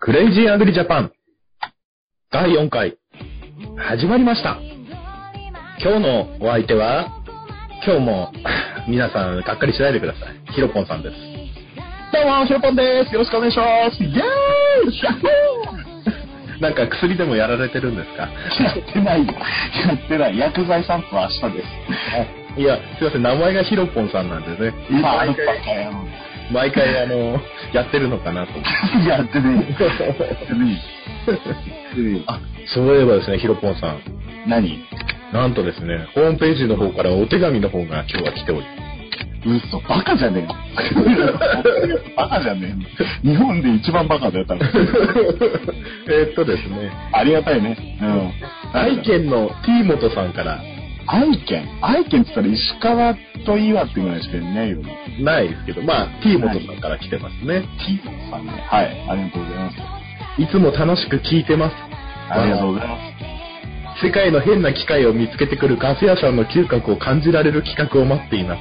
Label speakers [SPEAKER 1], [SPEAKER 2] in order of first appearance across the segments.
[SPEAKER 1] クレイジーアグリジャパン第4回始まりました今日のお相手は今日も 皆さんがっかりしないでくださいヒロポンさんですどうもヒロポンですよろしくお願いしますイエーイシャッホーなんか薬でもやられてるんですか
[SPEAKER 2] やってないよ。やってない。薬剤散布は明日です。
[SPEAKER 1] いやすいません名前がヒロポンさんなんでね
[SPEAKER 2] 今、あ
[SPEAKER 1] 毎
[SPEAKER 2] のバカ
[SPEAKER 1] 回
[SPEAKER 2] 野郎
[SPEAKER 1] 毎回あ のやってるのかなと思って
[SPEAKER 2] やってねえ。やってねえ。やってね
[SPEAKER 1] あそういえばですねヒロポンさん
[SPEAKER 2] え何
[SPEAKER 1] なんとですね、ホームページの方からお手紙の方が今日は来ておりま
[SPEAKER 2] 嘘、バカじゃねえの。バカじゃねえの。日本で一番バカだ よ、多分。
[SPEAKER 1] す。えーっとですね、
[SPEAKER 2] ありがたいね。うん。
[SPEAKER 1] 愛犬の T 元さんから、
[SPEAKER 2] 愛犬愛犬って言ったら石川と岩手ぐらいしかいないよね。
[SPEAKER 1] ないですけど、まあ、T 元さんから来てますね。
[SPEAKER 2] T さんね。はい。ありがとうございます。
[SPEAKER 1] いつも楽しく聞いてます。
[SPEAKER 2] ありがとうございます。
[SPEAKER 1] 世界の変な機械を見つけてくるガス屋さんの嗅覚を感じられる企画を待っています。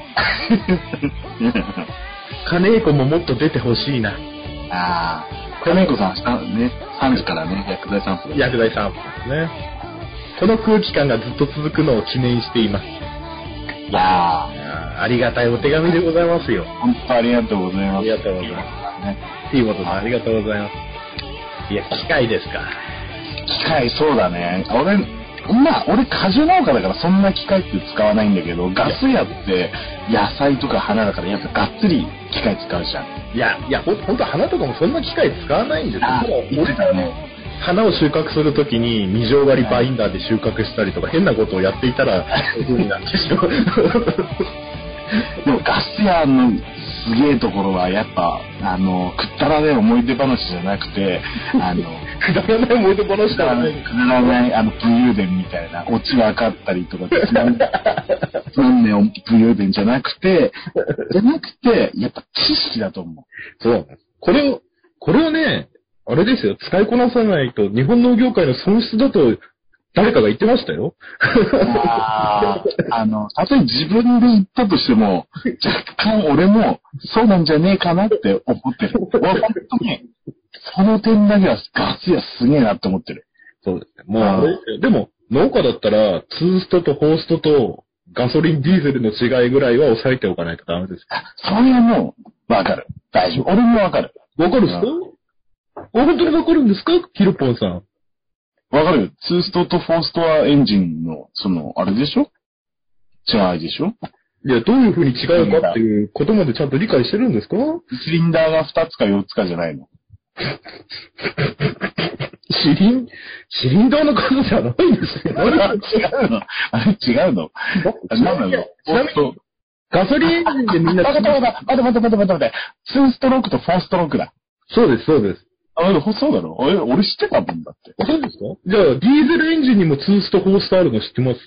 [SPEAKER 1] 金江子ももっと出てほしいな。
[SPEAKER 2] ああ。亀子さん、明日ね、3時からね、薬剤散布
[SPEAKER 1] 薬剤さんですね。この空気感がずっと続くのを記念しています。
[SPEAKER 2] いやー、
[SPEAKER 1] あーありがたいお手紙でございますよ。
[SPEAKER 2] 本当ありがとうございます。
[SPEAKER 1] ありがとうござい
[SPEAKER 2] ます。
[SPEAKER 1] いいことだ、ありがとうございます。いや、機械ですか。
[SPEAKER 2] 機械、そうだね。俺、まあ、俺、果樹農家だからそんな機械って使わないんだけど、ガス屋って野菜とか花だから、やっぱがっつり機械使うじゃん。
[SPEAKER 1] いや、いや、ほんほんと花とかもそんな機械使わないんですよ。
[SPEAKER 2] あ
[SPEAKER 1] もう
[SPEAKER 2] 言ってたね。
[SPEAKER 1] 花を収穫するときに二条割りバインダーで収穫したりとか、変なことをやっていたら、そういう風になってしまう。
[SPEAKER 2] でもガス屋のすげえところは、やっぱ、あの、くったらね思い出話じゃなくて、あの、
[SPEAKER 1] くだらない思い出話
[SPEAKER 2] く
[SPEAKER 1] だ
[SPEAKER 2] だら
[SPEAKER 1] よ
[SPEAKER 2] な
[SPEAKER 1] ね。
[SPEAKER 2] い、あの、武勇伝みたいな、オチ分かったりと か、つまんつまんねえ武勇伝じゃなくて、じゃなくて、やっぱ知識だと思う。
[SPEAKER 1] そう。これを、これをね、あれですよ、使いこなさないと、日本農業界の損失だと、誰かが言ってましたよ。
[SPEAKER 2] あーあの、たとえ自分で言ったとしても、若干俺も、そうなんじゃねえかなって思ってる。俺は本当に、その点だけはガスやすげえなって思ってる。
[SPEAKER 1] そうですね。もう
[SPEAKER 2] あー
[SPEAKER 1] あれですよ、でも、農家だったら、ツーストとホーストと、ガソリン、ディーゼルの違いぐらいは抑えておかないとダメです。
[SPEAKER 2] それはもう、わかる。大丈夫。俺もわかる。
[SPEAKER 1] わかるんですか本当にわかるんですかヒルポンさん。
[SPEAKER 2] わかるよ。ツーストとフォーストはエンジンの、その、あれでしょ違いでしょ
[SPEAKER 1] いや、どういう風に違うかっていうことまでちゃんと理解してるんですか
[SPEAKER 2] シリンダーが2つか4つかじゃないの。
[SPEAKER 1] シリン、シリンダーの数じゃないんですよ。
[SPEAKER 2] あれ 違うのあれ違うのあれ何なの
[SPEAKER 1] ちなみに
[SPEAKER 2] フォースト
[SPEAKER 1] ガソリンエンジンでみんな
[SPEAKER 2] わかったわかった。待て待て待て待て待て。ツーストロークとフォーストロークだ。
[SPEAKER 1] そうです、そうです。
[SPEAKER 2] あ、俺、そうだろ俺、俺知ってたもんだって。
[SPEAKER 1] あそうですかじゃあ、ディーゼルエンジンにもツースト、ホーストあるの知ってます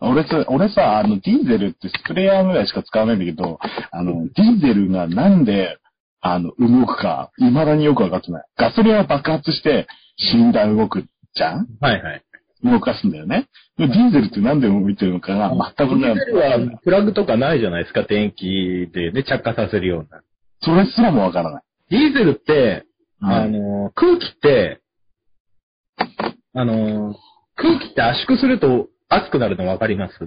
[SPEAKER 2] 俺さ、俺さ、あの、ディーゼルってスプレーヤーぐらいしか使わないんだけど、あの、ディーゼルがなんで、あの、動くか、未だによくわかってない。ガソリンは爆発して、死んだ動くじゃん
[SPEAKER 1] はいはい。
[SPEAKER 2] 動かすんだよね。でディーゼルってなんで動いてるのかが全く
[SPEAKER 1] ディ
[SPEAKER 2] な。
[SPEAKER 1] ーゼルはいプラグとかないじゃないですか、電気でね、着火させるような。
[SPEAKER 2] それすらもわからない。
[SPEAKER 1] ディーゼルって、あ
[SPEAKER 2] あの
[SPEAKER 1] の、空気って、あの、空気って圧縮すると熱くなるの分かります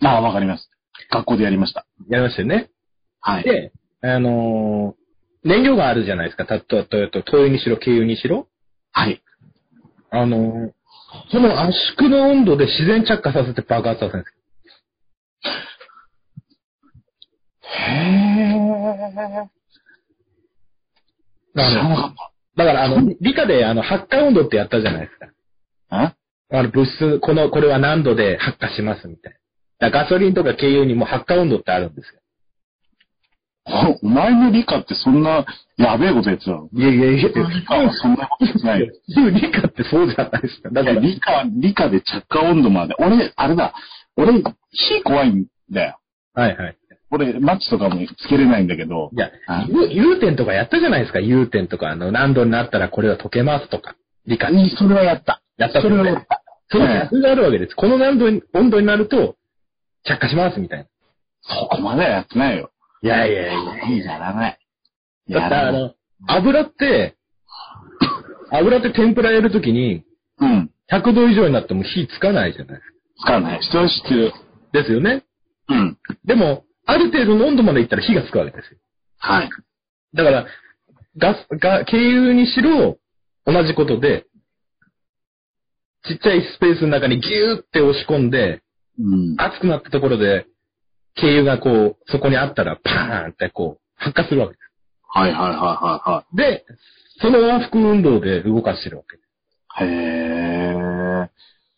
[SPEAKER 2] まあ、わかります。学校でやりました。
[SPEAKER 1] やりましたよね。
[SPEAKER 2] はい。
[SPEAKER 1] で、あの、燃料があるじゃないですか、たと、と、と、灯油にしろ、軽油にしろ。
[SPEAKER 2] はい。
[SPEAKER 1] あの、その圧縮の温度で自然着火させて爆発させるんです。
[SPEAKER 2] へー。知
[SPEAKER 1] だからら
[SPEAKER 2] なかっ
[SPEAKER 1] だから、あの、理科で、あの、発火温度ってやったじゃないですか。
[SPEAKER 2] た。ん
[SPEAKER 1] あの、物質、この、これは何度で発火しますみたいな。だからガソリンとか軽油にも発火温度ってあるんですよ。
[SPEAKER 2] おお前の理科ってそんなやべえことやってたの
[SPEAKER 1] いやいやいや、
[SPEAKER 2] 俺の理科はそんなことやって ないよ。
[SPEAKER 1] 理科ってそうじゃないですか。だか、
[SPEAKER 2] だからら理科、理科で着火温度まで。俺、あれだ。俺、火怖いんだよ。
[SPEAKER 1] はいはい。
[SPEAKER 2] 俺、マッチとかもつけれないんだけど。
[SPEAKER 1] いや
[SPEAKER 2] あ、
[SPEAKER 1] 融融点とかやったじゃないですか、融点とか、あの、何度になったらこれは溶けますとか。理科
[SPEAKER 2] うんそれはやった。
[SPEAKER 1] やった
[SPEAKER 2] それはやった。
[SPEAKER 1] その逆があるわけです。この何度に、温度になると、着火しますみたいな。
[SPEAKER 2] そこまではやってないよ。
[SPEAKER 1] いやいやいや。
[SPEAKER 2] やらない。い
[SPEAKER 1] だ
[SPEAKER 2] や
[SPEAKER 1] ってあの、油って、油って天ぷらやるときに、
[SPEAKER 2] うん。
[SPEAKER 1] 100度以上になっても火つかないじゃない。
[SPEAKER 2] つかない。人は知ってる。
[SPEAKER 1] ですよね。
[SPEAKER 2] うん。
[SPEAKER 1] でも、ある程度の温度までいったら火がつくわけですよ。
[SPEAKER 2] はい。
[SPEAKER 1] だから、ガス、が、軽油にしろ、同じことで、ちっちゃいスペースの中にギューって押し込んで、
[SPEAKER 2] うん。
[SPEAKER 1] 熱くなったところで、軽油がこう、そこにあったら、パーンってこう、発火するわけで
[SPEAKER 2] はいはいはいはいはい。
[SPEAKER 1] す。で、その往復運動で動かしてるわけ。
[SPEAKER 2] へー。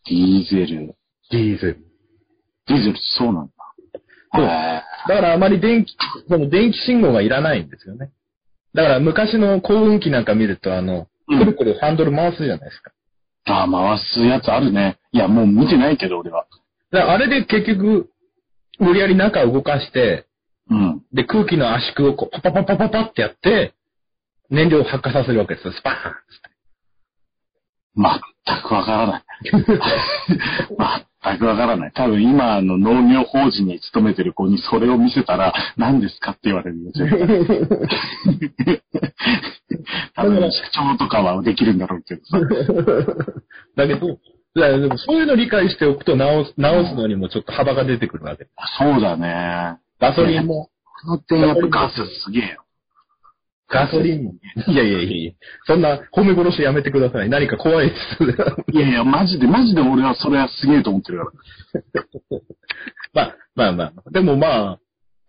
[SPEAKER 2] ディーゼル。
[SPEAKER 1] ディーゼル。
[SPEAKER 2] ディーゼルってそうなん
[SPEAKER 1] そう
[SPEAKER 2] だ。
[SPEAKER 1] だからあまり電気、その電気信号がいらないんですよね。だから昔の幸運機なんか見ると、あの、
[SPEAKER 2] う
[SPEAKER 1] く
[SPEAKER 2] ん
[SPEAKER 1] るくるハンドル回すじゃないですか。
[SPEAKER 2] へー。あー、回すやつあるね。いや、もう見てないけど、俺は。
[SPEAKER 1] だからあれで結局、無理やり中を動かして、
[SPEAKER 2] うん。
[SPEAKER 1] で、空気の圧縮をこう、パパパパパパってやって、燃料を発火させるわけですよ。スパーン
[SPEAKER 2] 全くわからない。全くわからない。多分今、あの、農業法人に勤めてる子にそれを見せたら、何ですかって言われるよ。絶対多分、社長とかはできるんだろうけどさ。
[SPEAKER 1] だけど、だからでもそういうのを理解しておくと直す、直すのにもちょっと幅が出てくるわけ。
[SPEAKER 2] そうだね。
[SPEAKER 1] ガソリンも、
[SPEAKER 2] この点やっぱガスすげえよ。
[SPEAKER 1] ガソリンも。いやいやいやいやそんな褒め殺しやめてください。何か怖いです。
[SPEAKER 2] いやいや、マジで、マジで俺はそれはすげえと思ってるから。
[SPEAKER 1] まあ、まあまあ。でもまあ、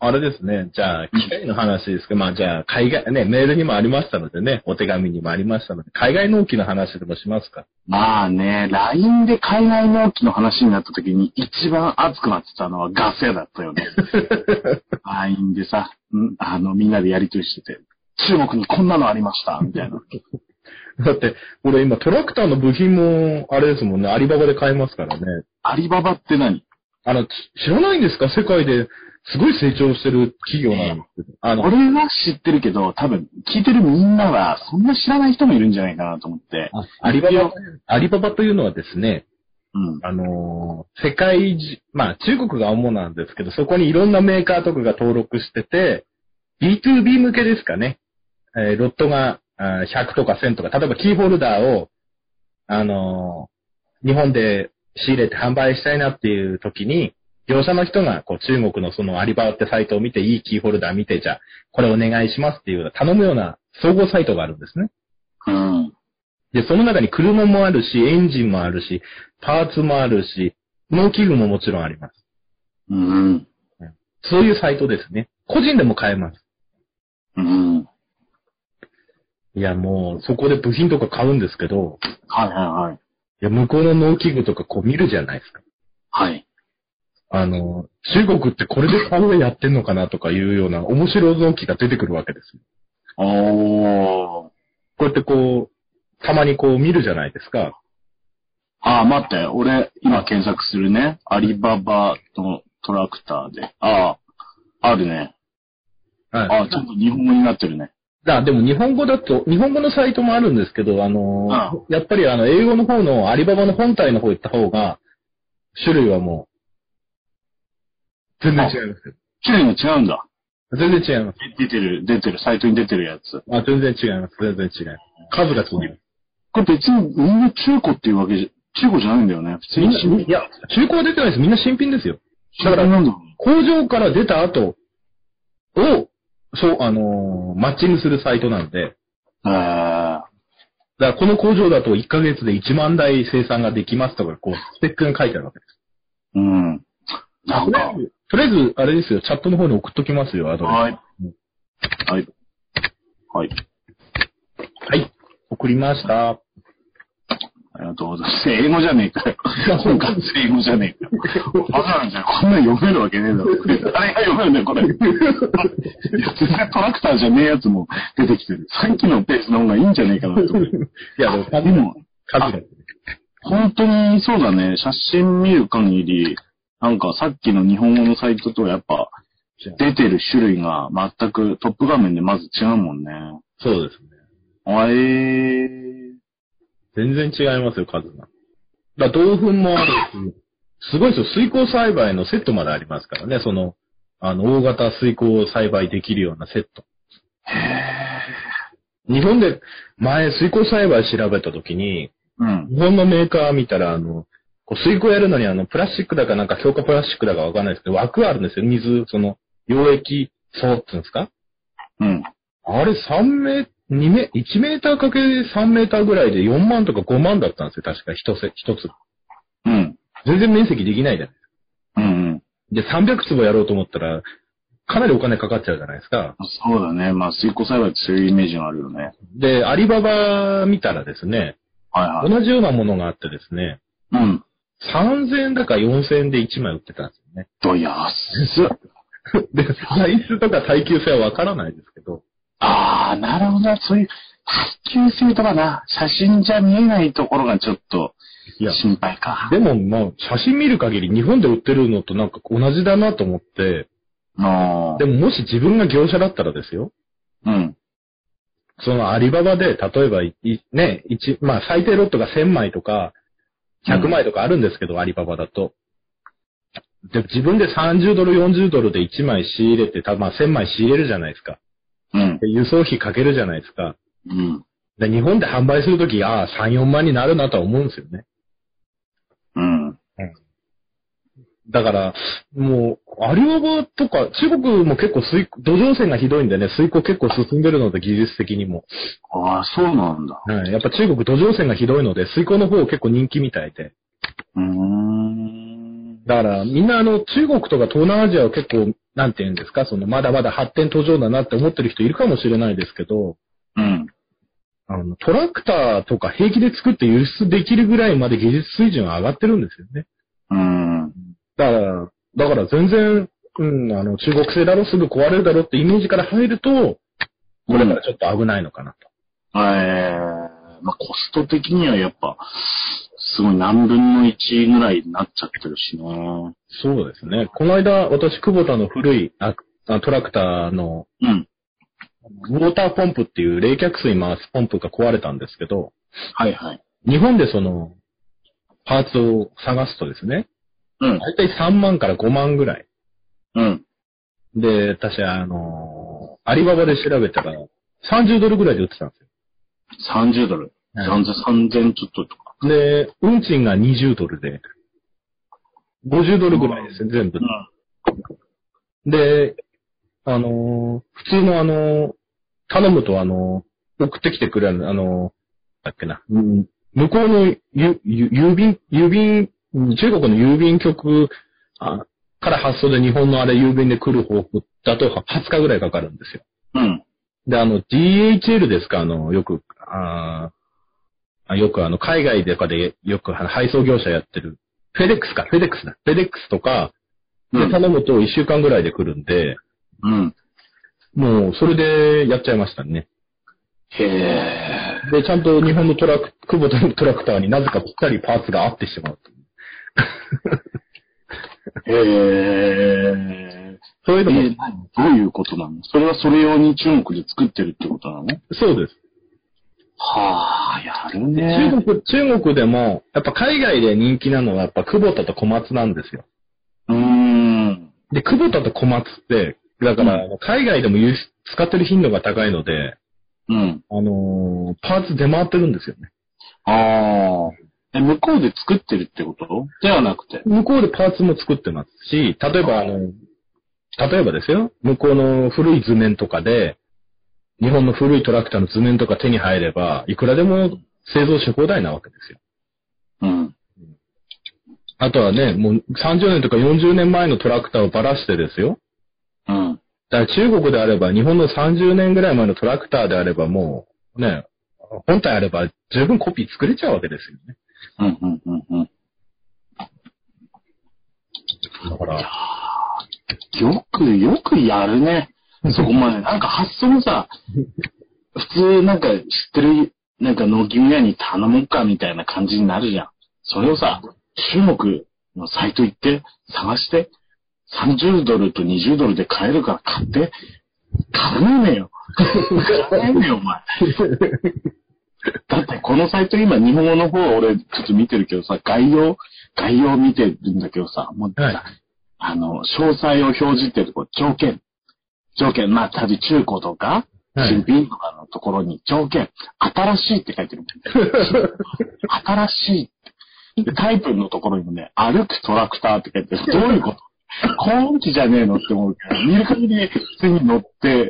[SPEAKER 1] あれですね。じゃあ、機械の話ですけど、まあじゃあ、海外、ね、メールにもありましたのでね、お手紙にもありましたので、海外納期の話でもしますか。
[SPEAKER 2] まあね、LINE で海外納期の話になった時に一番熱くなってたのはガス屋だったよね。LINE でさ、うんあの、みんなでやりとりしてて、中国にこんなのありました、みたいな。
[SPEAKER 1] だって、俺今トラクターの部品も、あれですもんね、アリババで買えますからね。
[SPEAKER 2] アリババって何
[SPEAKER 1] あの、ち知らないんですか世界ですごい成長してる企業なんですけど。あの、
[SPEAKER 2] 俺は知ってるけど、多分聞いてるみんなはそんな知らない人もいるんじゃないかなと思って。
[SPEAKER 1] あアリババ、アリババというのはですね、
[SPEAKER 2] うん。
[SPEAKER 1] あのー世界中、まあ中国が主なんですけど、そこにいろんなメーカーとかが登録してて、B2B 向けですかね。えーロットがあー100とか1000とか、例えばキーホルダーを、あのー日本で仕入れて販売したいなっていう時に、業者の人がこう中国のそのアリババってサイトを見て、いいキーホルダー見て、じゃあこれお願いしますっていうような頼むような総合サイトがあるんですね。
[SPEAKER 2] うん。
[SPEAKER 1] で、その中に車もあるし、エンジンもあるし、パーツもあるし、農機具ももちろんあります。
[SPEAKER 2] うん。
[SPEAKER 1] そういうサイトですね。個人でも買えます。
[SPEAKER 2] うん。
[SPEAKER 1] いや、もう、そこで部品とか買うんですけど、
[SPEAKER 2] はいはいはい。
[SPEAKER 1] いや、向こうの農機具とかこう見るじゃないですか。
[SPEAKER 2] はい。
[SPEAKER 1] あの、中国ってこれで買うやってんのかなとかいうような面白い農機が出てくるわけですよ。
[SPEAKER 2] おー。
[SPEAKER 1] こうやってこう、たまにこう見るじゃないですか。
[SPEAKER 2] ああ、待って。俺、今検索するね。アリババのトラクターで。ああ、あるね。
[SPEAKER 1] はい。
[SPEAKER 2] ああ、ちゃんと日本語になってるね。
[SPEAKER 1] だでも日本語だと、日本語のサイトもあるんですけど、あのーやっぱりあの、英語の方のアリババの本体の方行った方が、種類はもう、全然違いますよ。
[SPEAKER 2] 種類が違うんだ。
[SPEAKER 1] 全然違います。
[SPEAKER 2] 出てる、出てる、サイトに出てるやつ。
[SPEAKER 1] あ、全然違います。全然違います。数が違いま
[SPEAKER 2] これ別にみんな中古っていうわけじゃ、中古じゃないんだよね。普
[SPEAKER 1] す。
[SPEAKER 2] 通
[SPEAKER 1] みん
[SPEAKER 2] に
[SPEAKER 1] な、
[SPEAKER 2] 新品。
[SPEAKER 1] いや、中古は出てないです。みんな新品ですよ。
[SPEAKER 2] 新品なんだろ
[SPEAKER 1] 工場から出た後を、そう、あのーマッチングするサイトなんで、
[SPEAKER 2] う。へえ
[SPEAKER 1] だからこの工場だと1ヶ月で1万台生産ができますとか、こう、スペックが書いてあるわけです
[SPEAKER 2] うん。なんか、
[SPEAKER 1] とりあえず、あれですよ、チャットの方に送っときますよ、アドレス。
[SPEAKER 2] はい。はい。はい。
[SPEAKER 1] はい。送りま した。
[SPEAKER 2] ありがとうございます。英語じゃねえかよ。本格英語じゃねえか よ。バカなんじゃん。こんなん読めるわけねえだろ。誰が読めるんだよ、これ。いや、全然トラクターじゃねえやつも出てきてる。さっきのペースの方がいいんじゃねえかなと思って。
[SPEAKER 1] いや、でも、数
[SPEAKER 2] でも、
[SPEAKER 1] 数が。
[SPEAKER 2] 本当にそうだね。写真見る限り、なんかさっきの日本語のサイトとやっぱ、出てる種類が全くトップ画面でまず違うもんね。
[SPEAKER 1] そうですね。
[SPEAKER 2] あえー。
[SPEAKER 1] 全然違いますよ、数が。だから同粉もあるし、すごいですよ、水耕栽培のセットまでありますからね、その、あの、大型水耕栽培できるようなセット。
[SPEAKER 2] へ
[SPEAKER 1] 日本で、前、水耕栽培調べたときに、
[SPEAKER 2] うん。
[SPEAKER 1] 日本のメーカー見たら、あの、こう水耕やるのに、あの、プラスチックだかなんか、強化プラスチックだかわかんないですけど、枠あるんですよ。水、その、溶液層っていうんですか
[SPEAKER 2] うん。
[SPEAKER 1] あれ3メ、2メ、1メーターかけ3メーターぐらいで4万とか5万だったんですよ、確か一つ、一つ。
[SPEAKER 2] うん。
[SPEAKER 1] 全然面積できないじゃ
[SPEAKER 2] うんうん。
[SPEAKER 1] ない。で、300坪やろうと思ったら、かなりお金かかっちゃうじゃないですか。
[SPEAKER 2] そうだね。まあ、水耕栽培ってそういうイメージがあるよね。
[SPEAKER 1] で、アリババ見たらですね、
[SPEAKER 2] はいはい。
[SPEAKER 1] 同じようなものがあってですね、
[SPEAKER 2] うん。
[SPEAKER 1] 3000円だか4000円で1枚売ってたんですよね。
[SPEAKER 2] どやっす。
[SPEAKER 1] で、サイズとか耐久性はわからないですけど、
[SPEAKER 2] ああ、なるほどな。そういう、耐久性とかな、写真じゃ見えないところがちょっと
[SPEAKER 1] いや、
[SPEAKER 2] 心配か。
[SPEAKER 1] でもまあ、写真見る限り日本で売ってるのとなんか同じだなと思って、
[SPEAKER 2] あ
[SPEAKER 1] でももし自分が業者だったらですよ、
[SPEAKER 2] ーうん。
[SPEAKER 1] そのアリババで、例えばい、いね、一、まあ最低ロットが1000枚とか、100枚とかあるんですけど、アリババだと。で、自分で30ドル、40ドルで1枚仕入れて、たまあ1000枚仕入れるじゃないですか。
[SPEAKER 2] うん。
[SPEAKER 1] で輸送費かけるじゃないですか。
[SPEAKER 2] うん。
[SPEAKER 1] で、日本で販売するとき、ああ、3、4万になるなとは思うんですよね。
[SPEAKER 2] うん。
[SPEAKER 1] だから、もう、アリババとか、中国も結構水、土壌汚染がひどいんでね、水耕結構進んでるので、技術的にも。
[SPEAKER 2] ああ、そうなんだ。
[SPEAKER 1] はい。やっぱ中国土壌汚染がひどいので、水耕の方結構人気みたいで。
[SPEAKER 2] うーん。
[SPEAKER 1] だから、みんなあの、中国とか東南アジアは結構、なんて言うんですか、その、まだまだ発展途上だなって思ってる人いるかもしれないですけど、
[SPEAKER 2] うん。
[SPEAKER 1] あの、トラクターとか平気で作って輸出できるぐらいまで技術水準が上がってるんですよね。
[SPEAKER 2] うん。
[SPEAKER 1] だから、だから全然、うん、あの、中国製だろ、すぐ壊れるだろってイメージから入ると、これからちょっと危ないのかなと。
[SPEAKER 2] えー、まあ、コスト的にはやっぱ、すごい何分の1ぐらいになっちゃってるしね。
[SPEAKER 1] そうですね。この間、私、久保田の古いああトラクターの、
[SPEAKER 2] うん。
[SPEAKER 1] ウォーターポンプっていう冷却水回すポンプが壊れたんですけど、
[SPEAKER 2] はいはい。
[SPEAKER 1] 日本でその、パーツを探すとですね、
[SPEAKER 2] うん。
[SPEAKER 1] だいたい3万から5万ぐらい。
[SPEAKER 2] うん。
[SPEAKER 1] で、私、あのーアリババで調べたら、30ドルぐらいで売ってたんですよ。
[SPEAKER 2] 30ドル。
[SPEAKER 1] はい
[SPEAKER 2] 3000ちょっととか。
[SPEAKER 1] で、運賃が20ドルで、50ドルぐらいですね、全部。で、あのー普通のあのー頼むとあのー送ってきてくれる、あのーだっけな、うん向こうのゆゆ郵便、郵便、うん中国の郵便局あから発送で日本のあれ郵便で来る方法だと20日ぐらいかかるんですよ。
[SPEAKER 2] うん。うん。
[SPEAKER 1] で、あの、DHL ですか、あの、よく、あーあよくあの、海外とかでよくあの配送業者やってる、フェデックスか、フェデックスだ。フェデックスとか、で
[SPEAKER 2] うん
[SPEAKER 1] 頼むと1週間ぐらいで来るんで、
[SPEAKER 2] うん。
[SPEAKER 1] もう、それでやっちゃいましたね。
[SPEAKER 2] へえ。
[SPEAKER 1] で、ちゃんと日本のトラク、久保田のトラクターになぜかぴったりパーツが合ってしまうという。
[SPEAKER 2] へえ。
[SPEAKER 1] そういうのも、
[SPEAKER 2] えどういうことなのそれはそれ用に中国で作ってるってことなの
[SPEAKER 1] そうです。
[SPEAKER 2] はあ、やるね。
[SPEAKER 1] 中国、中国でも、やっぱ海外で人気なのはやっぱ久保田と小松なんですよ。
[SPEAKER 2] うーん。
[SPEAKER 1] で、久保田と小松って、だから、海外でも輸出、使ってる頻度が高いので、
[SPEAKER 2] うん。
[SPEAKER 1] あのーパーツ出回ってるんですよね。
[SPEAKER 2] ああ。え、向こうで作ってるってことではなくて。
[SPEAKER 1] 向こうでパーツも作ってますし、例えばあの、例えばですよ、向こうの古い図面とかで、日本の古いトラクターの図面とか手に入れば、いくらでも製造し放題なわけですよ。
[SPEAKER 2] うん。
[SPEAKER 1] あとはね、もう30年とか40年前のトラクターをばらしてですよ。
[SPEAKER 2] うん。
[SPEAKER 1] だから中国であれば、日本の30年ぐらい前のトラクターであれば、もう、ね、本体あれば十分コピー作れちゃうわけですよね。
[SPEAKER 2] うん、うん、うん、うん。
[SPEAKER 1] だから、
[SPEAKER 2] よく、よくやるね。そこまで。なんか発想 もさ、普通なんか知ってる、なんか農機みに頼もうかみたいな感じになるじゃん。それをさ、中国のサイト行って、探して、30ドルと20ドルで買えるから買って、買わねえよ。買わねえよ、お前。だってこのサイト今日本語の方俺ちょっと見てるけどさ、概要、概要見てるんだけどさ、もうさ、
[SPEAKER 1] はい
[SPEAKER 2] あの、詳細を表示ってるとこ、条件。条件、まあ、例えば中古とか、
[SPEAKER 1] はい
[SPEAKER 2] 新品とかのところに条件、新しいって書いてるもん。新しいって。で、タイプのところにもね、歩くトラクターって書いてる。どういうこと工機じゃねえのって思うけど、見る限りね普通に乗って、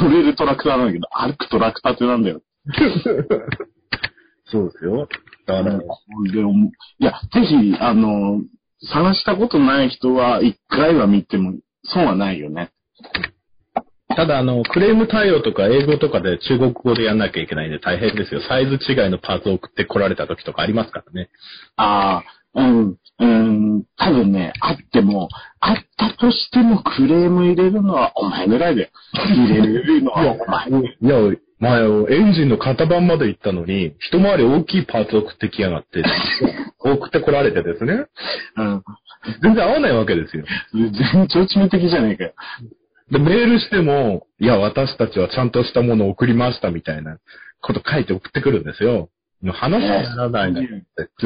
[SPEAKER 2] 乗れるトラクターなんだけど、歩くトラクターってなんだよ。
[SPEAKER 1] そうですよ。だから、
[SPEAKER 2] でもいや、ぜひ、あの、探したことない人は、一回は見ても、損はないよね。
[SPEAKER 1] ただあの、クレーム対応とか英語とかで中国語でやんなきゃいけないんで大変ですよ。サイズ違いのパーツを送って来られた時とかありますからね。
[SPEAKER 2] ああ、うん、うん、多分ね、あっても、あったとしてもクレーム入れるのはお前ぐらいだよ。入れるのはお前。
[SPEAKER 1] いや、前、エンジンの型番まで行ったのに、一回り大きいパーツ送ってきやがって、 送ってこられてですね。
[SPEAKER 2] うん。
[SPEAKER 1] 全然合わないわけですよ。
[SPEAKER 2] 全然調子的じゃねえかよ。
[SPEAKER 1] で、メールしても、いや、私たちはちゃんとしたものを送りましたみたいなこと書いて送ってくるんですよ。話にならないなって。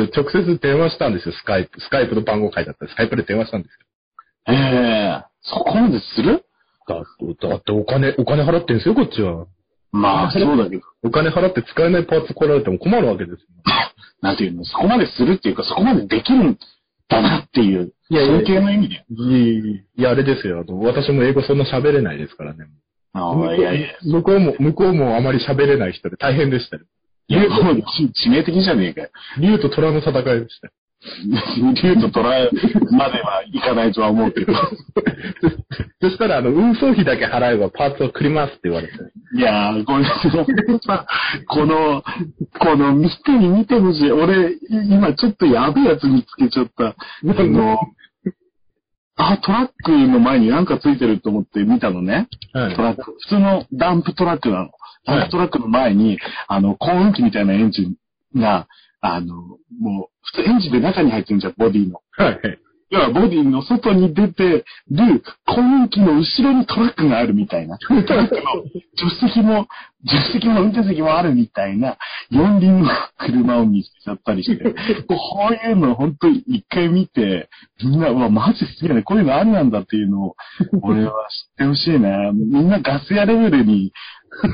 [SPEAKER 1] ちょ直接電話したんですよ、スカイプ。スカイプの番号書いてあって、スカイプで電話したんです
[SPEAKER 2] ええそこまでする
[SPEAKER 1] よ。だだってお金、お金払ってんすよ、こっちは。
[SPEAKER 2] まあ、そ うだけど。
[SPEAKER 1] お金払って使えないパーツ来られても困るわけですよ。
[SPEAKER 2] なんていうの、そこまでするっていうか、そこまでできるんだなっていう、
[SPEAKER 1] いやいやいや
[SPEAKER 2] 尊敬の意味だよ。
[SPEAKER 1] いや、あれですよ。あの私も英語そんな喋れないですからね。
[SPEAKER 2] ああ、いやいや。
[SPEAKER 1] 向こうも、向こうもあまり喋れない人で大変でしたよ。
[SPEAKER 2] いや、もうち致命的じゃねえかよ。
[SPEAKER 1] 竜と虎の戦いでしたよ。
[SPEAKER 2] 竜と虎まではいかないとは思うけど。
[SPEAKER 1] そしたら、あの、運送費だけ払えばパーツを送りますって言われて。
[SPEAKER 2] いやー、これさ、この、この、見てに見てほしい。俺、い今ちょっとやべえやつ見つけちゃった。あの、あ、トラックの前になんかついてると思って見たのね。
[SPEAKER 1] はい
[SPEAKER 2] トラック。普通のダンプトラックなの。
[SPEAKER 1] い
[SPEAKER 2] ダンプトラックの前に、あの、高運機みたいなエンジンが、あの、もう、普通エンジンで中に入ってるじゃん、ボディの。
[SPEAKER 1] はい。
[SPEAKER 2] 要はボディの外に出てる、高運機の後ろにトラックがあるみたいな。トラックの助手席も、助手席も運転席もあるみたいな、四輪の車を見つけちゃったりして。こういうの本当に一回見て、みんな、うわ、マジ好きだね。こういうのありなんだっていうのを、俺は知ってほしいね。みんなガス屋レベルに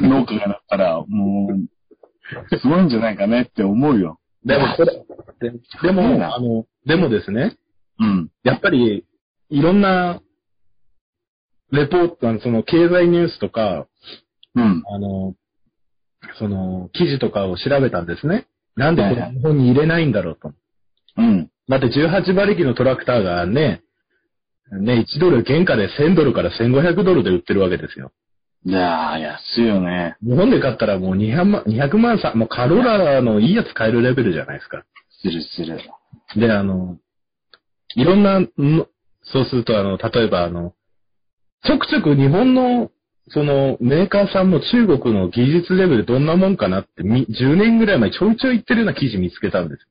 [SPEAKER 2] 農家がなったら、もう、すごいんじゃないかねって思うよ。
[SPEAKER 1] でも、これ、でで
[SPEAKER 2] いい
[SPEAKER 1] も、
[SPEAKER 2] な
[SPEAKER 1] あの、でもですね、
[SPEAKER 2] うん。
[SPEAKER 1] やっぱり、いろんな、レポート、あの、その、経済ニュースとか、
[SPEAKER 2] うん。
[SPEAKER 1] あの、その、記事とかを調べたんですね。なんでこれ日本に入れないんだろうと。
[SPEAKER 2] うん。
[SPEAKER 1] だって18馬力のトラクターがね、ね、1ドル原価で1000ドルから1500ドルで売ってるわけですよ。
[SPEAKER 2] いやー、安いよね。
[SPEAKER 1] 日本で買ったらもう200万、200万さ、もうカローラのいいやつ買えるレベルじゃないですか。
[SPEAKER 2] するする。
[SPEAKER 1] で、あの、いろんなの、そうするとあの、例えばあの、ちょくちょく日本の、その、メーカーさんも中国の技術レベルどんなもんかなって、み10年ぐらい前ちょいちょい言ってるような記事見つけたんですよ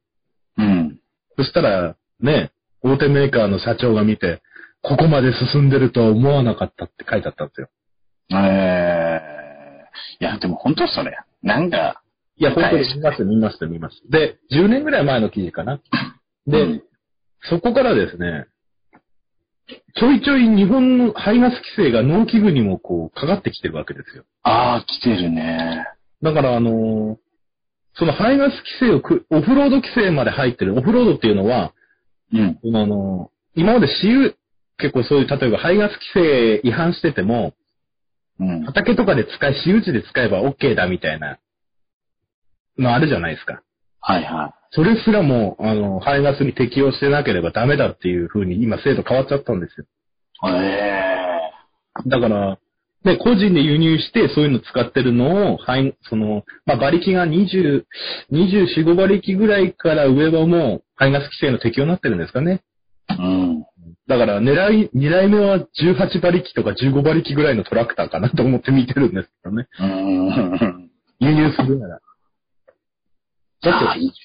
[SPEAKER 2] うん。
[SPEAKER 1] そしたら、ね、大手メーカーの社長が見て、ここまで進んでるとは思わなかったって書いてあったんですよ。
[SPEAKER 2] えー、いや、でも本当それ。なんか、
[SPEAKER 1] いや、本当
[SPEAKER 2] は
[SPEAKER 1] に
[SPEAKER 2] い
[SPEAKER 1] 見ました、見ました、見ました。で、10年ぐらい前の記事かな。で、
[SPEAKER 2] うん
[SPEAKER 1] そこからですね、ちょいちょい日本の排ガス規制が農機具にもこう、かかってきてるわけですよ。
[SPEAKER 2] あー、来てるね。
[SPEAKER 1] だから、あのーその排ガス規制をく、オフロード規制まで入ってる。オフロードっていうのは、
[SPEAKER 2] うん。
[SPEAKER 1] あの、今まで私有、結構そういう、例えば排ガス規制違反してても、
[SPEAKER 2] うん。
[SPEAKER 1] 畑とかで使い、私有地で使えば OK だみたいなのあるじゃないですか。
[SPEAKER 2] はいは
[SPEAKER 1] それすらも、あの、排ガスに適用してなければダメだっていう風に今制度変わっちゃったんですよ。
[SPEAKER 2] い。え
[SPEAKER 1] だから、ね、個人で輸入してそういうの使ってるのを、排、その、まあ、馬力が20、24、5馬力ぐらいから上はもう排ガス規制の適用になってるんですかね。
[SPEAKER 2] ー、うん。
[SPEAKER 1] だから狙い、狙い目は18馬力とか15馬力ぐらいのトラクターかなと思って見てるんですけどね。
[SPEAKER 2] うん。
[SPEAKER 1] 輸入するなら。だっ
[SPEAKER 2] あーいい
[SPEAKER 1] て、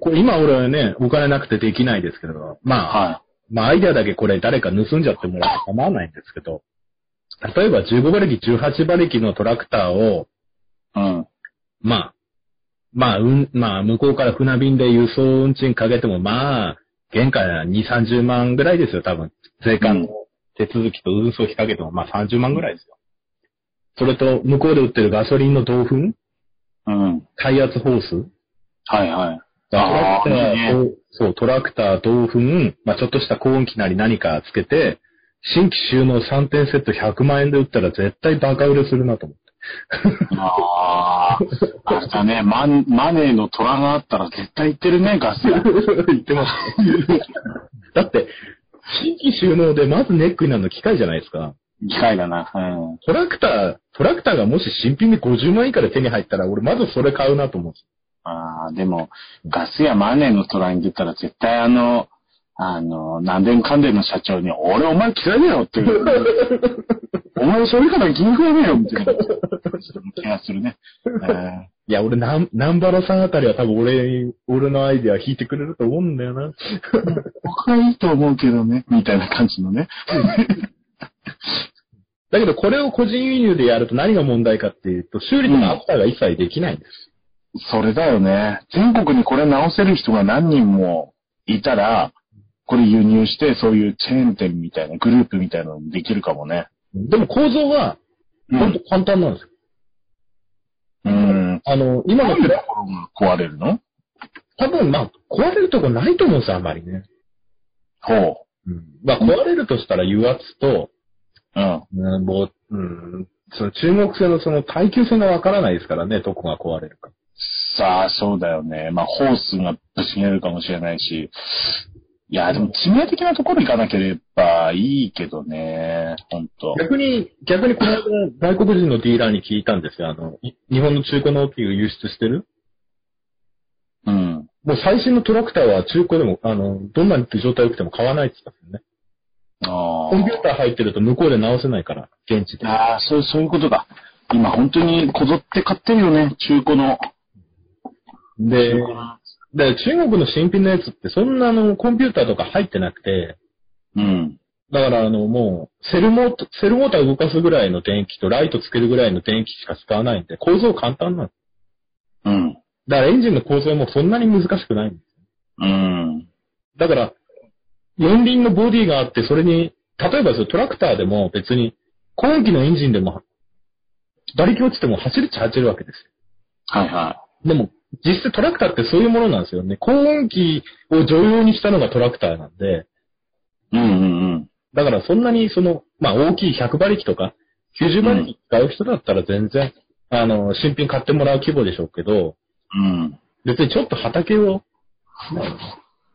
[SPEAKER 1] これ今俺はね、お金なくてできないですけど、まあ、
[SPEAKER 2] は
[SPEAKER 1] まあアイデアだけこれ誰か盗んじゃってもらって構わないんですけど、例えば15馬力、18馬力のトラクターを、
[SPEAKER 2] い。うん。
[SPEAKER 1] まあ、まあ、うん、まあ、向こうから船便で輸送運賃かけても、まあ、原価2、30万ぐらいですよ、多分。税関の手続きと運送費かけても、まあ30万ぐらいですよ。それと、向こうで売ってるガソリンの同粉
[SPEAKER 2] うん。
[SPEAKER 1] 耐圧ホース
[SPEAKER 2] はいはい。
[SPEAKER 1] トラ
[SPEAKER 2] あ
[SPEAKER 1] ク
[SPEAKER 2] ー
[SPEAKER 1] ター、
[SPEAKER 2] いい
[SPEAKER 1] そう、トラクター、同粉、まあ、ちょっとした高音機なり何かつけて、新規収納3点セット100万円で売ったら絶対バカ売れするなと思って。
[SPEAKER 2] ああ、あれだね、マンマネーの虎があったら絶対行ってるね、 ガス屋。
[SPEAKER 1] 言ってます。だって、新規収納でまずネックになるの機械じゃないですか。
[SPEAKER 2] 機械だな。うん。
[SPEAKER 1] トラクター、トラクターがもし新品で50万円以下で手に入ったら、俺まずそれ買うなと思うんです
[SPEAKER 2] ああ、でも、ガス屋マネーの虎に出たら絶対あの、あの、何でもかんでも社長に、俺お前嫌いだよっていう。お前それから気に食わねえよ、みたいな。気がするね。えー
[SPEAKER 1] いや、俺、なん、南原さんあたりは多分俺、俺のアイデア引いてくれると思うんだよな。
[SPEAKER 2] 僕はいいと思うけどね、みたいな感じのね。
[SPEAKER 1] だけど、これを個人輸入でやると何が問題かっていうと、修理とかアフターが一切できないんです。
[SPEAKER 2] それだよね。全国にこれ直せる人が何人もいたら、これ輸入して、そういうチェーン店みたいな、グループみたいなのもできるかもね。
[SPEAKER 1] でも構造は、
[SPEAKER 2] う
[SPEAKER 1] ほんと
[SPEAKER 2] ん。
[SPEAKER 1] 簡単なんですよ。
[SPEAKER 2] うん。
[SPEAKER 1] あの、今
[SPEAKER 2] な
[SPEAKER 1] の
[SPEAKER 2] ん、でところが壊れるの
[SPEAKER 1] 多分、まあ、壊れるとこないと思うんですよ、あんまりね。
[SPEAKER 2] ほう。
[SPEAKER 1] うん。まあ、壊れるとしたら油圧と、
[SPEAKER 2] うん。
[SPEAKER 1] うん、もう、うん、その中国製のその耐久性がわからないですからね、どこが壊れるか。
[SPEAKER 2] さあ、そうだよね。まあ、ホースがぶち切れるかもしれないし。いや、でも致命的なところ行かなければいいけどね。ほんと。
[SPEAKER 1] 逆に、逆にこの間、外国人のディーラーに聞いたんですよ。あの、い日本の中古の OP を輸出してる
[SPEAKER 2] うん。
[SPEAKER 1] もう最新のトラクターは中古でも、あの、どんなに状態良くても買わないって言ってたんですよね。
[SPEAKER 2] あ
[SPEAKER 1] コンピューター入ってると向こうで直せないから、現地で
[SPEAKER 2] あ。。ああ、そう、そういうことだ。今本当にこぞって買ってるよね。中古の。
[SPEAKER 1] で、
[SPEAKER 2] 中古の
[SPEAKER 1] で中国の新品のやつってそんなあの、コンピューターとか入ってなくて、
[SPEAKER 2] うん。
[SPEAKER 1] だからあの、もう、セルモーター、セルモーター動かすぐらいの電気とライトつけるぐらいの電気しか使わないんで、構造簡単なんです。
[SPEAKER 2] うん。
[SPEAKER 1] だからエンジンの構造もそんなに難しくないんです。
[SPEAKER 2] うん。
[SPEAKER 1] だから、四輪のボディがあって、それに、例えばですよトラクターでも別に、後期のエンジンでも、馬力落ちても走るっちゃ走るわけです
[SPEAKER 2] はいは
[SPEAKER 1] よ。でも、実際トラクターってそういうものなんですよね。高音機を常用にしたのがトラクターなんで、
[SPEAKER 2] い。うんうんうん。
[SPEAKER 1] だからそんなにその、まあ大きい100馬力とか、90馬力使う人だったら全然、あの、新品買ってもらう規模でしょうけど、
[SPEAKER 2] うん。
[SPEAKER 1] 別にちょっと畑を、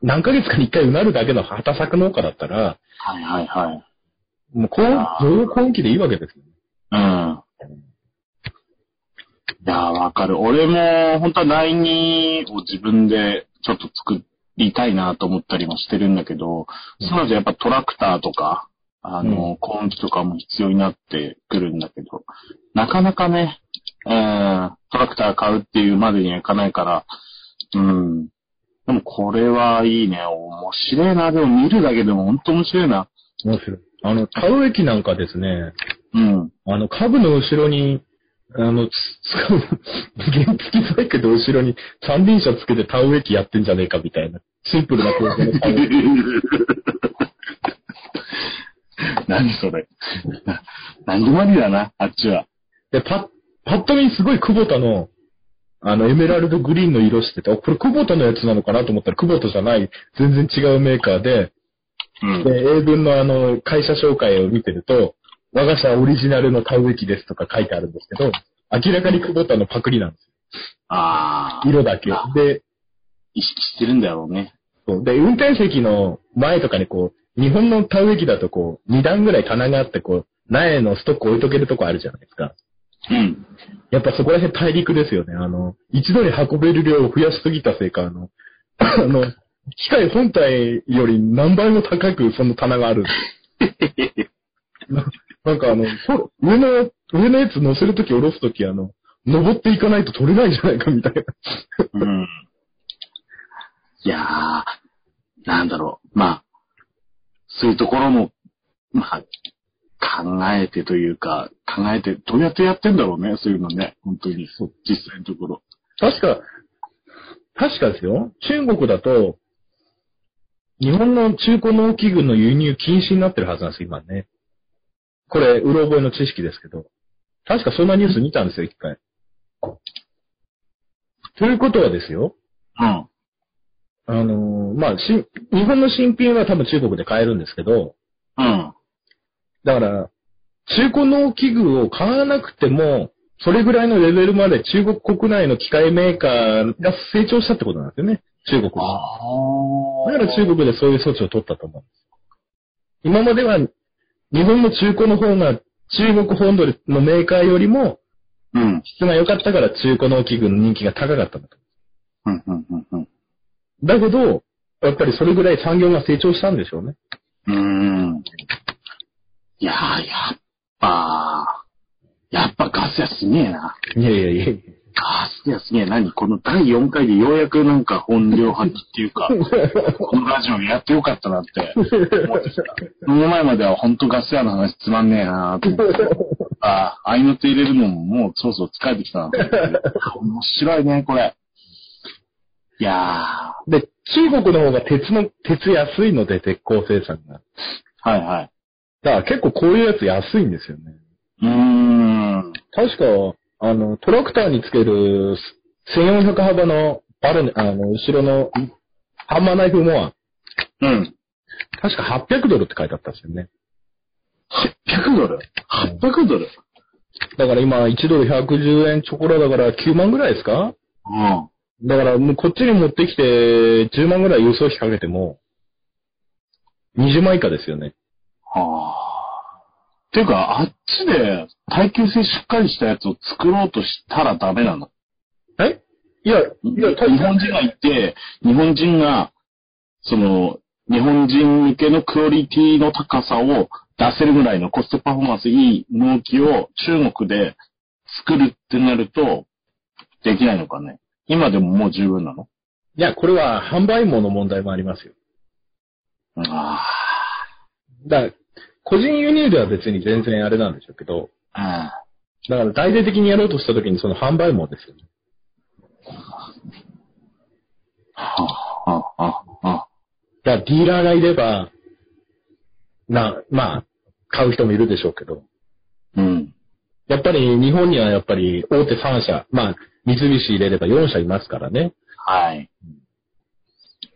[SPEAKER 1] 何ヶ月かに一回うなるだけの畑作農家だったら、
[SPEAKER 2] はいはいはい。
[SPEAKER 1] もう高、
[SPEAKER 2] あー
[SPEAKER 1] 上高期でいいわけですよね。
[SPEAKER 2] うん。いやー、わかる。俺も、本当は第二を自分でちょっと作りたいなと思ったりもしてるんだけど、
[SPEAKER 1] うん
[SPEAKER 2] そうなるとやっぱトラクターとか、あ
[SPEAKER 1] う
[SPEAKER 2] の、コーン機とかも必要になってくるんだけど、なかなかね、えー、トラクター買うっていうまでにはいかないから、うん。でもこれはいいね。面白いな。でも見るだけでも本当面白いな。
[SPEAKER 1] 面白い。あの、田植え機なんかですね、
[SPEAKER 2] うん。
[SPEAKER 1] あの、株の後ろに、あの、つ使う、原付きバイクで後ろに三輪車つけて田植え機やってんじゃねえかみたいな、シンプルな構造の田植え
[SPEAKER 2] 何それ。何でもありだな、あっちは。
[SPEAKER 1] で、パッ、パッと見すごい久保田の、あの、エメラルドグリーンの色してて、あこれ久保田のやつなのかなと思ったら久保田じゃない、全然違うメーカーで、
[SPEAKER 2] うん
[SPEAKER 1] で、英文のあの、会社紹介を見てると、我が社オリジナルの田植え機ですとか書いてあるんですけど、明らかに久保田のパクリなんです
[SPEAKER 2] ああ、
[SPEAKER 1] よ。色だけ。で、
[SPEAKER 2] 意識してるんだろうね。
[SPEAKER 1] そうで、運転席の前とかにこう、日本の田植え機だとこう、2段ぐらい棚があってこう、苗のストック置いとけるとこあるじゃないですか。
[SPEAKER 2] うん。
[SPEAKER 1] やっぱそこら辺大陸ですよね。あの、一度に運べる量を増やしすぎたせいか、あの、 あの、機械本体より何倍も高くその棚がある。ななんかあの、そう上の、上のやつ乗せるとき下ろすとき、あの、登っていかないと取れないんじゃないかみたいな。
[SPEAKER 2] うん。いやー、なんだろう。まあ、そういうところも、まあ、考えてというか、考えて、どうやってやってんだろうね、そういうのね。本当に、そう実際のところ。
[SPEAKER 1] 確か、確かですよ。中国だと、日本の中古農機具の輸入禁止になってるはずなんですよ、今ね。これ、うろ覚えの知識ですけど。確かそんなニュース見たんですよ、一回。ということはですよ、
[SPEAKER 2] うん。
[SPEAKER 1] あのーまあ、し、日本の新品は多分中国で買えるんですけど、
[SPEAKER 2] うん。
[SPEAKER 1] だから、中古農機具を買わなくても、それぐらいのレベルまで中国国内の機械メーカーが成長したってことなんですよね、中国は。
[SPEAKER 2] あ
[SPEAKER 1] だ
[SPEAKER 2] あ。
[SPEAKER 1] から中国でそういう措置を取ったと思うんです。今までは、日本の中古の方が中国本土のメーカーよりも
[SPEAKER 2] うん。
[SPEAKER 1] 質が良かったから中古農機具の人気が高かったんだと。
[SPEAKER 2] うん、うん、うん、うん。
[SPEAKER 1] だけど、やっぱりそれぐらい産業が成長したんでしょうね。
[SPEAKER 2] うーん。いやー、やっぱ、やっぱガス屋すげえな。
[SPEAKER 1] いやいやいや い
[SPEAKER 2] ガス屋すげえ。何この第4回でようやくなんか本領発揮っ ていうか、このラジオでやってよかったなって思ってた。その前まではほんとガス屋の話つまんねえなーって思ってた。ああ、合いの手入れるのももうそろそろ疲れてきたなと思って。面白いね、これ。いやー、
[SPEAKER 1] や。で、中国の方が鉄の、鉄安いので、鉄鋼生産が。
[SPEAKER 2] はいはい。
[SPEAKER 1] だから結構こういうやつ安いんですよね。
[SPEAKER 2] うーん。
[SPEAKER 1] 確か、あの、トラクターにつける1400幅のバルネ、あの、後ろのハンマーナイフモア、
[SPEAKER 2] うん。
[SPEAKER 1] 確か800ドルって書いてあったんですよね。
[SPEAKER 2] 800ドル ?800 ドル
[SPEAKER 1] だから今1ドル110円チョコラだから9万ぐらいですか
[SPEAKER 2] うん。
[SPEAKER 1] だからもうこっちに持ってきて10万ぐらい輸送費かけても、20万以下ですよね。
[SPEAKER 2] ああ。ていうか、あっちで耐久性しっかりしたやつを作ろうとしたらダメなの。
[SPEAKER 1] えいや、い
[SPEAKER 2] 日
[SPEAKER 1] や、
[SPEAKER 2] 本人がいて、日本人が、その、日本人向けのクオリティの高さを出せるぐらいのコストパフォーマンスいい納期を中国で作るってなると、できないのかね。今でももう十分なの
[SPEAKER 1] いや、これは販売網の問題もありますよ。
[SPEAKER 2] あ
[SPEAKER 1] だから、個人輸入では別に全然あれなんでしょうけど、
[SPEAKER 2] あ。
[SPEAKER 1] だから大々的にやろうとした時にその販売網ですよね。
[SPEAKER 2] ああ、ああ、
[SPEAKER 1] だからディーラーがいれば、な、まあ、買う人もいるでしょうけど、
[SPEAKER 2] うん。
[SPEAKER 1] やっぱり日本にはやっぱり大手3社、まあ、三菱入れれば4社いますからね。
[SPEAKER 2] はい。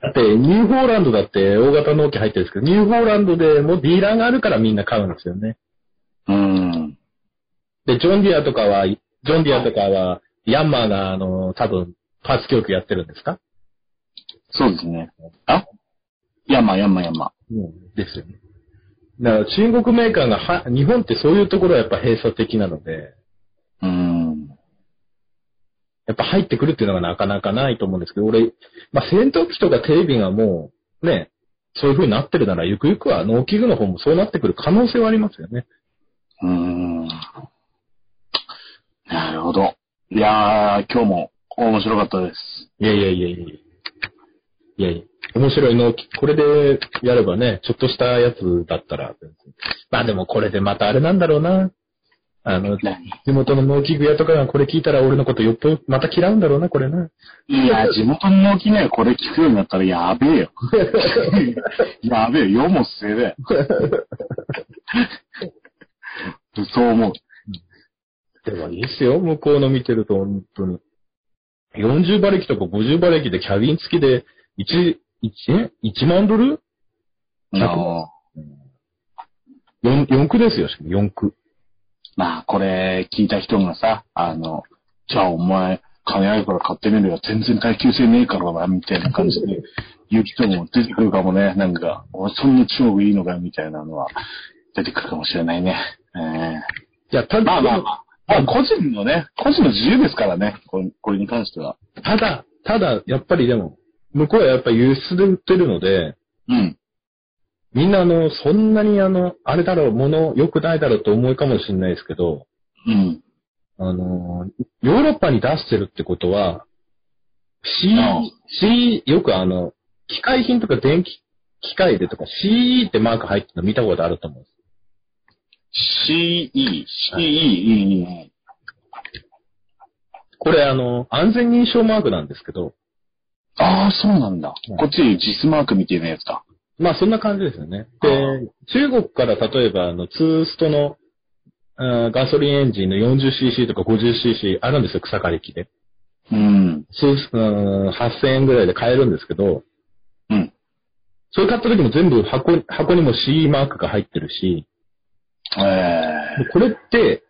[SPEAKER 1] だって、ニューホーランドだって大型納期入ってるんですけど、ニューホーランドでもディーラーがあるからみんな買うんですよね。
[SPEAKER 2] うん。
[SPEAKER 1] で、ジョンディアとかは、ジョンディアとかは、ヤンマーが、あの、多分、パーツ教育やってるんですか
[SPEAKER 2] そうですね。あ山、山、山。
[SPEAKER 1] うん。ですよね。だから中国メーカーがは、日本ってそういうところはやっぱ閉鎖的なので、
[SPEAKER 2] うん。
[SPEAKER 1] やっぱ入ってくるっていうのがなかなかないと思うんですけど、俺、まあ、戦闘機とかテレビがもう、ね、そういう風になってるなら、ゆくゆくは農機具の方もそうなってくる可能性はありますよね。
[SPEAKER 2] うーんなるほど。いやー、今日も面白かったです。
[SPEAKER 1] いやいやいやいやいやいや面白いの、これでやればね、ちょっとしたやつだったら、まあでもこれでまたあれなんだろうな。あの、
[SPEAKER 2] 何
[SPEAKER 1] 地元の農機具屋とかがこれ聞いたら俺のことよっぽどまた嫌うんだろうな、これな。
[SPEAKER 2] いや、地元の農機ね、これ聞くようになったらやべえよ。やべえよ、世も末だよ。そう思う。
[SPEAKER 1] でもいいっすよ、向こうの見てると、本当に。40馬力とか50馬力でキャビン付きで、1、1、1万ドル
[SPEAKER 2] あの
[SPEAKER 1] ?4、4区ですよ、しかも4区。
[SPEAKER 2] まあ、これ聞いた人がさ、あの、じゃあお前、金あるから買ってみるよ。全然耐久性ねえからな、みたいな感じで言う人も出てくるかもね。なんか、おいそんな中国いいのかみたいなのは出てくるかもしれないね。え
[SPEAKER 1] いや、た
[SPEAKER 2] え
[SPEAKER 1] だ、
[SPEAKER 2] まあまあまあ、まあ、個人のね、個人の自由ですからね。これこれに関しては。
[SPEAKER 1] ただ、ただ、やっぱりでも、向こうはやっぱり輸出で売ってるので、
[SPEAKER 2] うん。
[SPEAKER 1] みんなあの、そんなにあの、あれだろう、もの良くないだろうと思いかもしれないですけど、
[SPEAKER 2] うん。
[SPEAKER 1] あの、ヨーロッパに出してるってことは、
[SPEAKER 2] ああ
[SPEAKER 1] C、C、よくあの、機械品とか電気、機械でとか CE ってマーク入ってるの見たことあると思うんです。
[SPEAKER 2] CE、CE、
[SPEAKER 1] これあの、安全認証マークなんですけど、
[SPEAKER 2] ああ、そうなんだ
[SPEAKER 1] うん。
[SPEAKER 2] こっち、ジスマークみたいなやつだ。
[SPEAKER 1] まあそんな感じですよね。
[SPEAKER 2] ああ
[SPEAKER 1] で、中国から例えばあの、ツーストの、うんガソリンエンジンの 40cc とか 50cc あるんですよ、草刈り機で。
[SPEAKER 2] うん。
[SPEAKER 1] 数、うん、8000円ぐらいで買えるんですけど、
[SPEAKER 2] うん。
[SPEAKER 1] それ買った時も全部箱に、箱にも CE マークが入ってるし、
[SPEAKER 2] え
[SPEAKER 1] これって、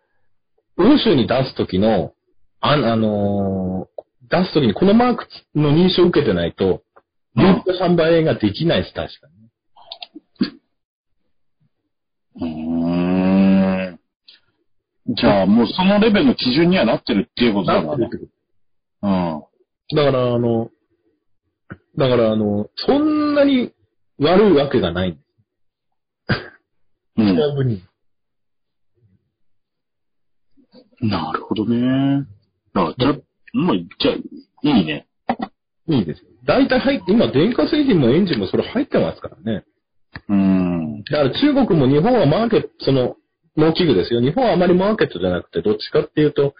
[SPEAKER 1] 欧州に出す時の、あ、あのー出す時にこのマークの認証を受けてないと、
[SPEAKER 2] う
[SPEAKER 1] 流
[SPEAKER 2] ん
[SPEAKER 1] 通販売ができないです、確かに。
[SPEAKER 2] ー。うーん。じゃあ、もうそのレベルの基準にはなってるっていうことだからね。うん。
[SPEAKER 1] だから、あの、だから、あの、そんなに悪いわけがないんで
[SPEAKER 2] う
[SPEAKER 1] す。
[SPEAKER 2] ん。
[SPEAKER 1] うに。
[SPEAKER 2] なるほどね。だから、じゃ、まあ、じゃあ、いいね。
[SPEAKER 1] いいですよ。大体入って、今、電化製品もエンジンもそれ入ってますからね。
[SPEAKER 2] うん。
[SPEAKER 1] だから中国も日本はマーケット、その、農機具ですよ。日本はあまりマーケットじゃなくて、どっちかっていうと、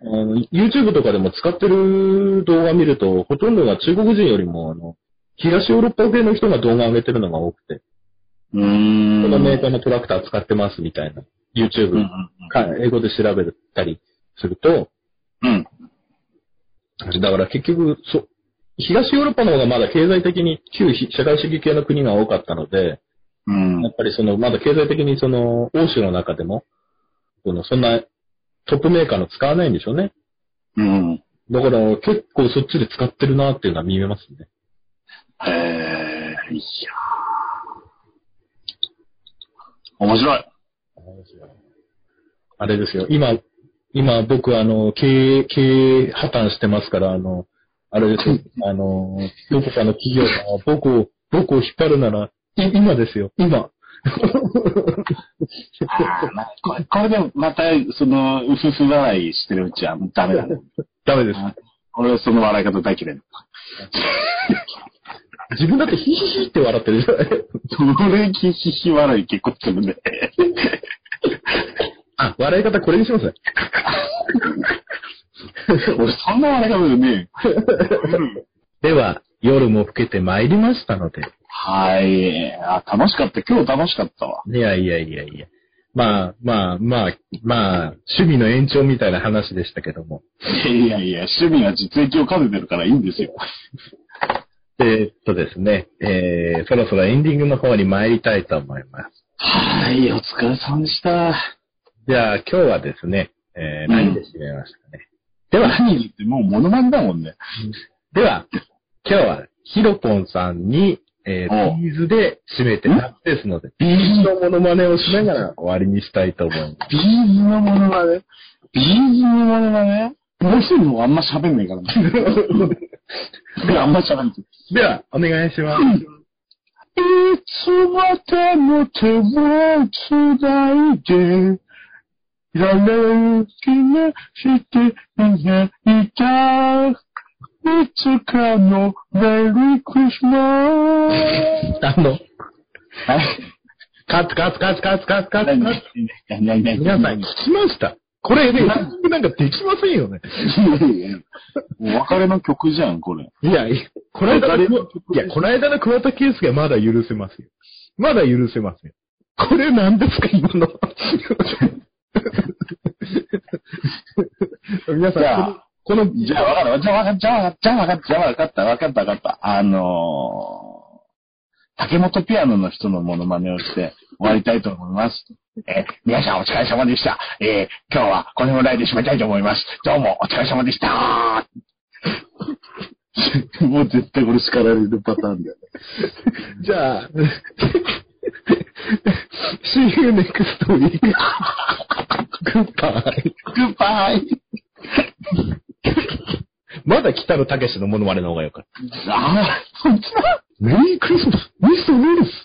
[SPEAKER 1] あの YouTube とかでも使ってる動画見ると、ほとんどが中国人よりも、あの、東ヨーロッパ系の人が動画上げてるのが多くて、
[SPEAKER 2] うーん。
[SPEAKER 1] このメーカーのトラクター使ってますみたいな、YouTube、
[SPEAKER 2] うんうん
[SPEAKER 1] か英語で調べたりすると、
[SPEAKER 2] うん。
[SPEAKER 1] だから結局、そ東ヨーロッパの方がまだ経済的に旧社会主義系の国が多かったので、
[SPEAKER 2] うん。
[SPEAKER 1] やっぱりその、まだ経済的にその、欧州の中でも、その、そんなトップメーカーの使わないんでしょうね。
[SPEAKER 2] うん。
[SPEAKER 1] だから結構そっちで使ってるなっていうのは見えますね。
[SPEAKER 2] へえ、いや面白い。
[SPEAKER 1] あれですよ、今、今僕あの、経営、経営破綻してますから、あの、あれ ですよ、あの、どこかの企業が僕を、僕を引っ張るなら、い今ですよ、今。
[SPEAKER 2] あーまあこれこれでまた、その、うふふ笑いしてるうちはもうダメだね。
[SPEAKER 1] ダメです。
[SPEAKER 2] 俺はその笑い方大嫌いだ。
[SPEAKER 1] 自分だってヒヒヒって笑ってるじゃない。
[SPEAKER 2] 俺、ひひひ笑い結構するね。
[SPEAKER 1] あ、笑い方これにしますね。
[SPEAKER 2] 俺、そんな笑い方でね。
[SPEAKER 1] では、夜も更けてまいりましたので。
[SPEAKER 2] はい。あ、楽しかった。今日楽しかったわ。
[SPEAKER 1] いやいやいやいや。まあまあまあ、まあ、趣味の延長みたいな話でしたけども。
[SPEAKER 2] いやいや、趣味が実益を兼ねてるからいいんですよ。
[SPEAKER 1] えーっとですね、えー、そろそろエンディングの方に参りたいと思います。
[SPEAKER 2] はい、お疲れ様でした。
[SPEAKER 1] じゃあ、今日はですね、えー、
[SPEAKER 2] うん
[SPEAKER 1] 何で締めましたね。では、
[SPEAKER 2] 何言ってもうモノマネだもんね。
[SPEAKER 1] では、今日はヒロポンさんに、えー、
[SPEAKER 2] お
[SPEAKER 1] ビーズで締めてたですので、
[SPEAKER 2] ビー
[SPEAKER 1] のモノマネをしながら終わりにしたいと思い ます。
[SPEAKER 2] ビーズのものまね。ビーズのものまね。もう一人の方あんま喋んないからね。俺あんま喋んない。い
[SPEAKER 1] では、お願いします。
[SPEAKER 2] つまでも手を繋いで、られる気がしていないた。いつかのメリークリスマス。
[SPEAKER 1] あの、
[SPEAKER 2] はい。
[SPEAKER 1] カツカツカツカツカツカツカツ。
[SPEAKER 2] 何何何
[SPEAKER 1] 皆さん聞きました。これで、ね、なんかできませんよね。
[SPEAKER 2] いやいやお別れの曲じゃん、これ。
[SPEAKER 1] いや、いやこの間の、
[SPEAKER 2] わかります
[SPEAKER 1] いや、この間の桑田圭介はまだ許せますよ。まだ許せますよ。これ何ですか、今の。 皆
[SPEAKER 2] じ
[SPEAKER 1] さ
[SPEAKER 2] ゃ
[SPEAKER 1] ん
[SPEAKER 2] あ、
[SPEAKER 1] この、こ
[SPEAKER 2] じゃあ、わかった、じゃあ、わかった、じゃあ、わかった、じゃあ、わかった、わかった、わかった、わかった。あのー、竹本ピアノの人のモノマネをして終わりたいと思います。えー皆さんお疲れ様でした。えー今日はこのぐらいで締めたいと思います。どうもお疲れ様でした。 もう絶対これ叱られるパターンだよね。
[SPEAKER 1] の じゃあ、See you next week. Goodbye.
[SPEAKER 2] グッバイ
[SPEAKER 1] まだ北野武のモノマネの方が良かっ
[SPEAKER 2] ああ、そっちだ
[SPEAKER 1] た。メリークリスマス。ミスターメリーです。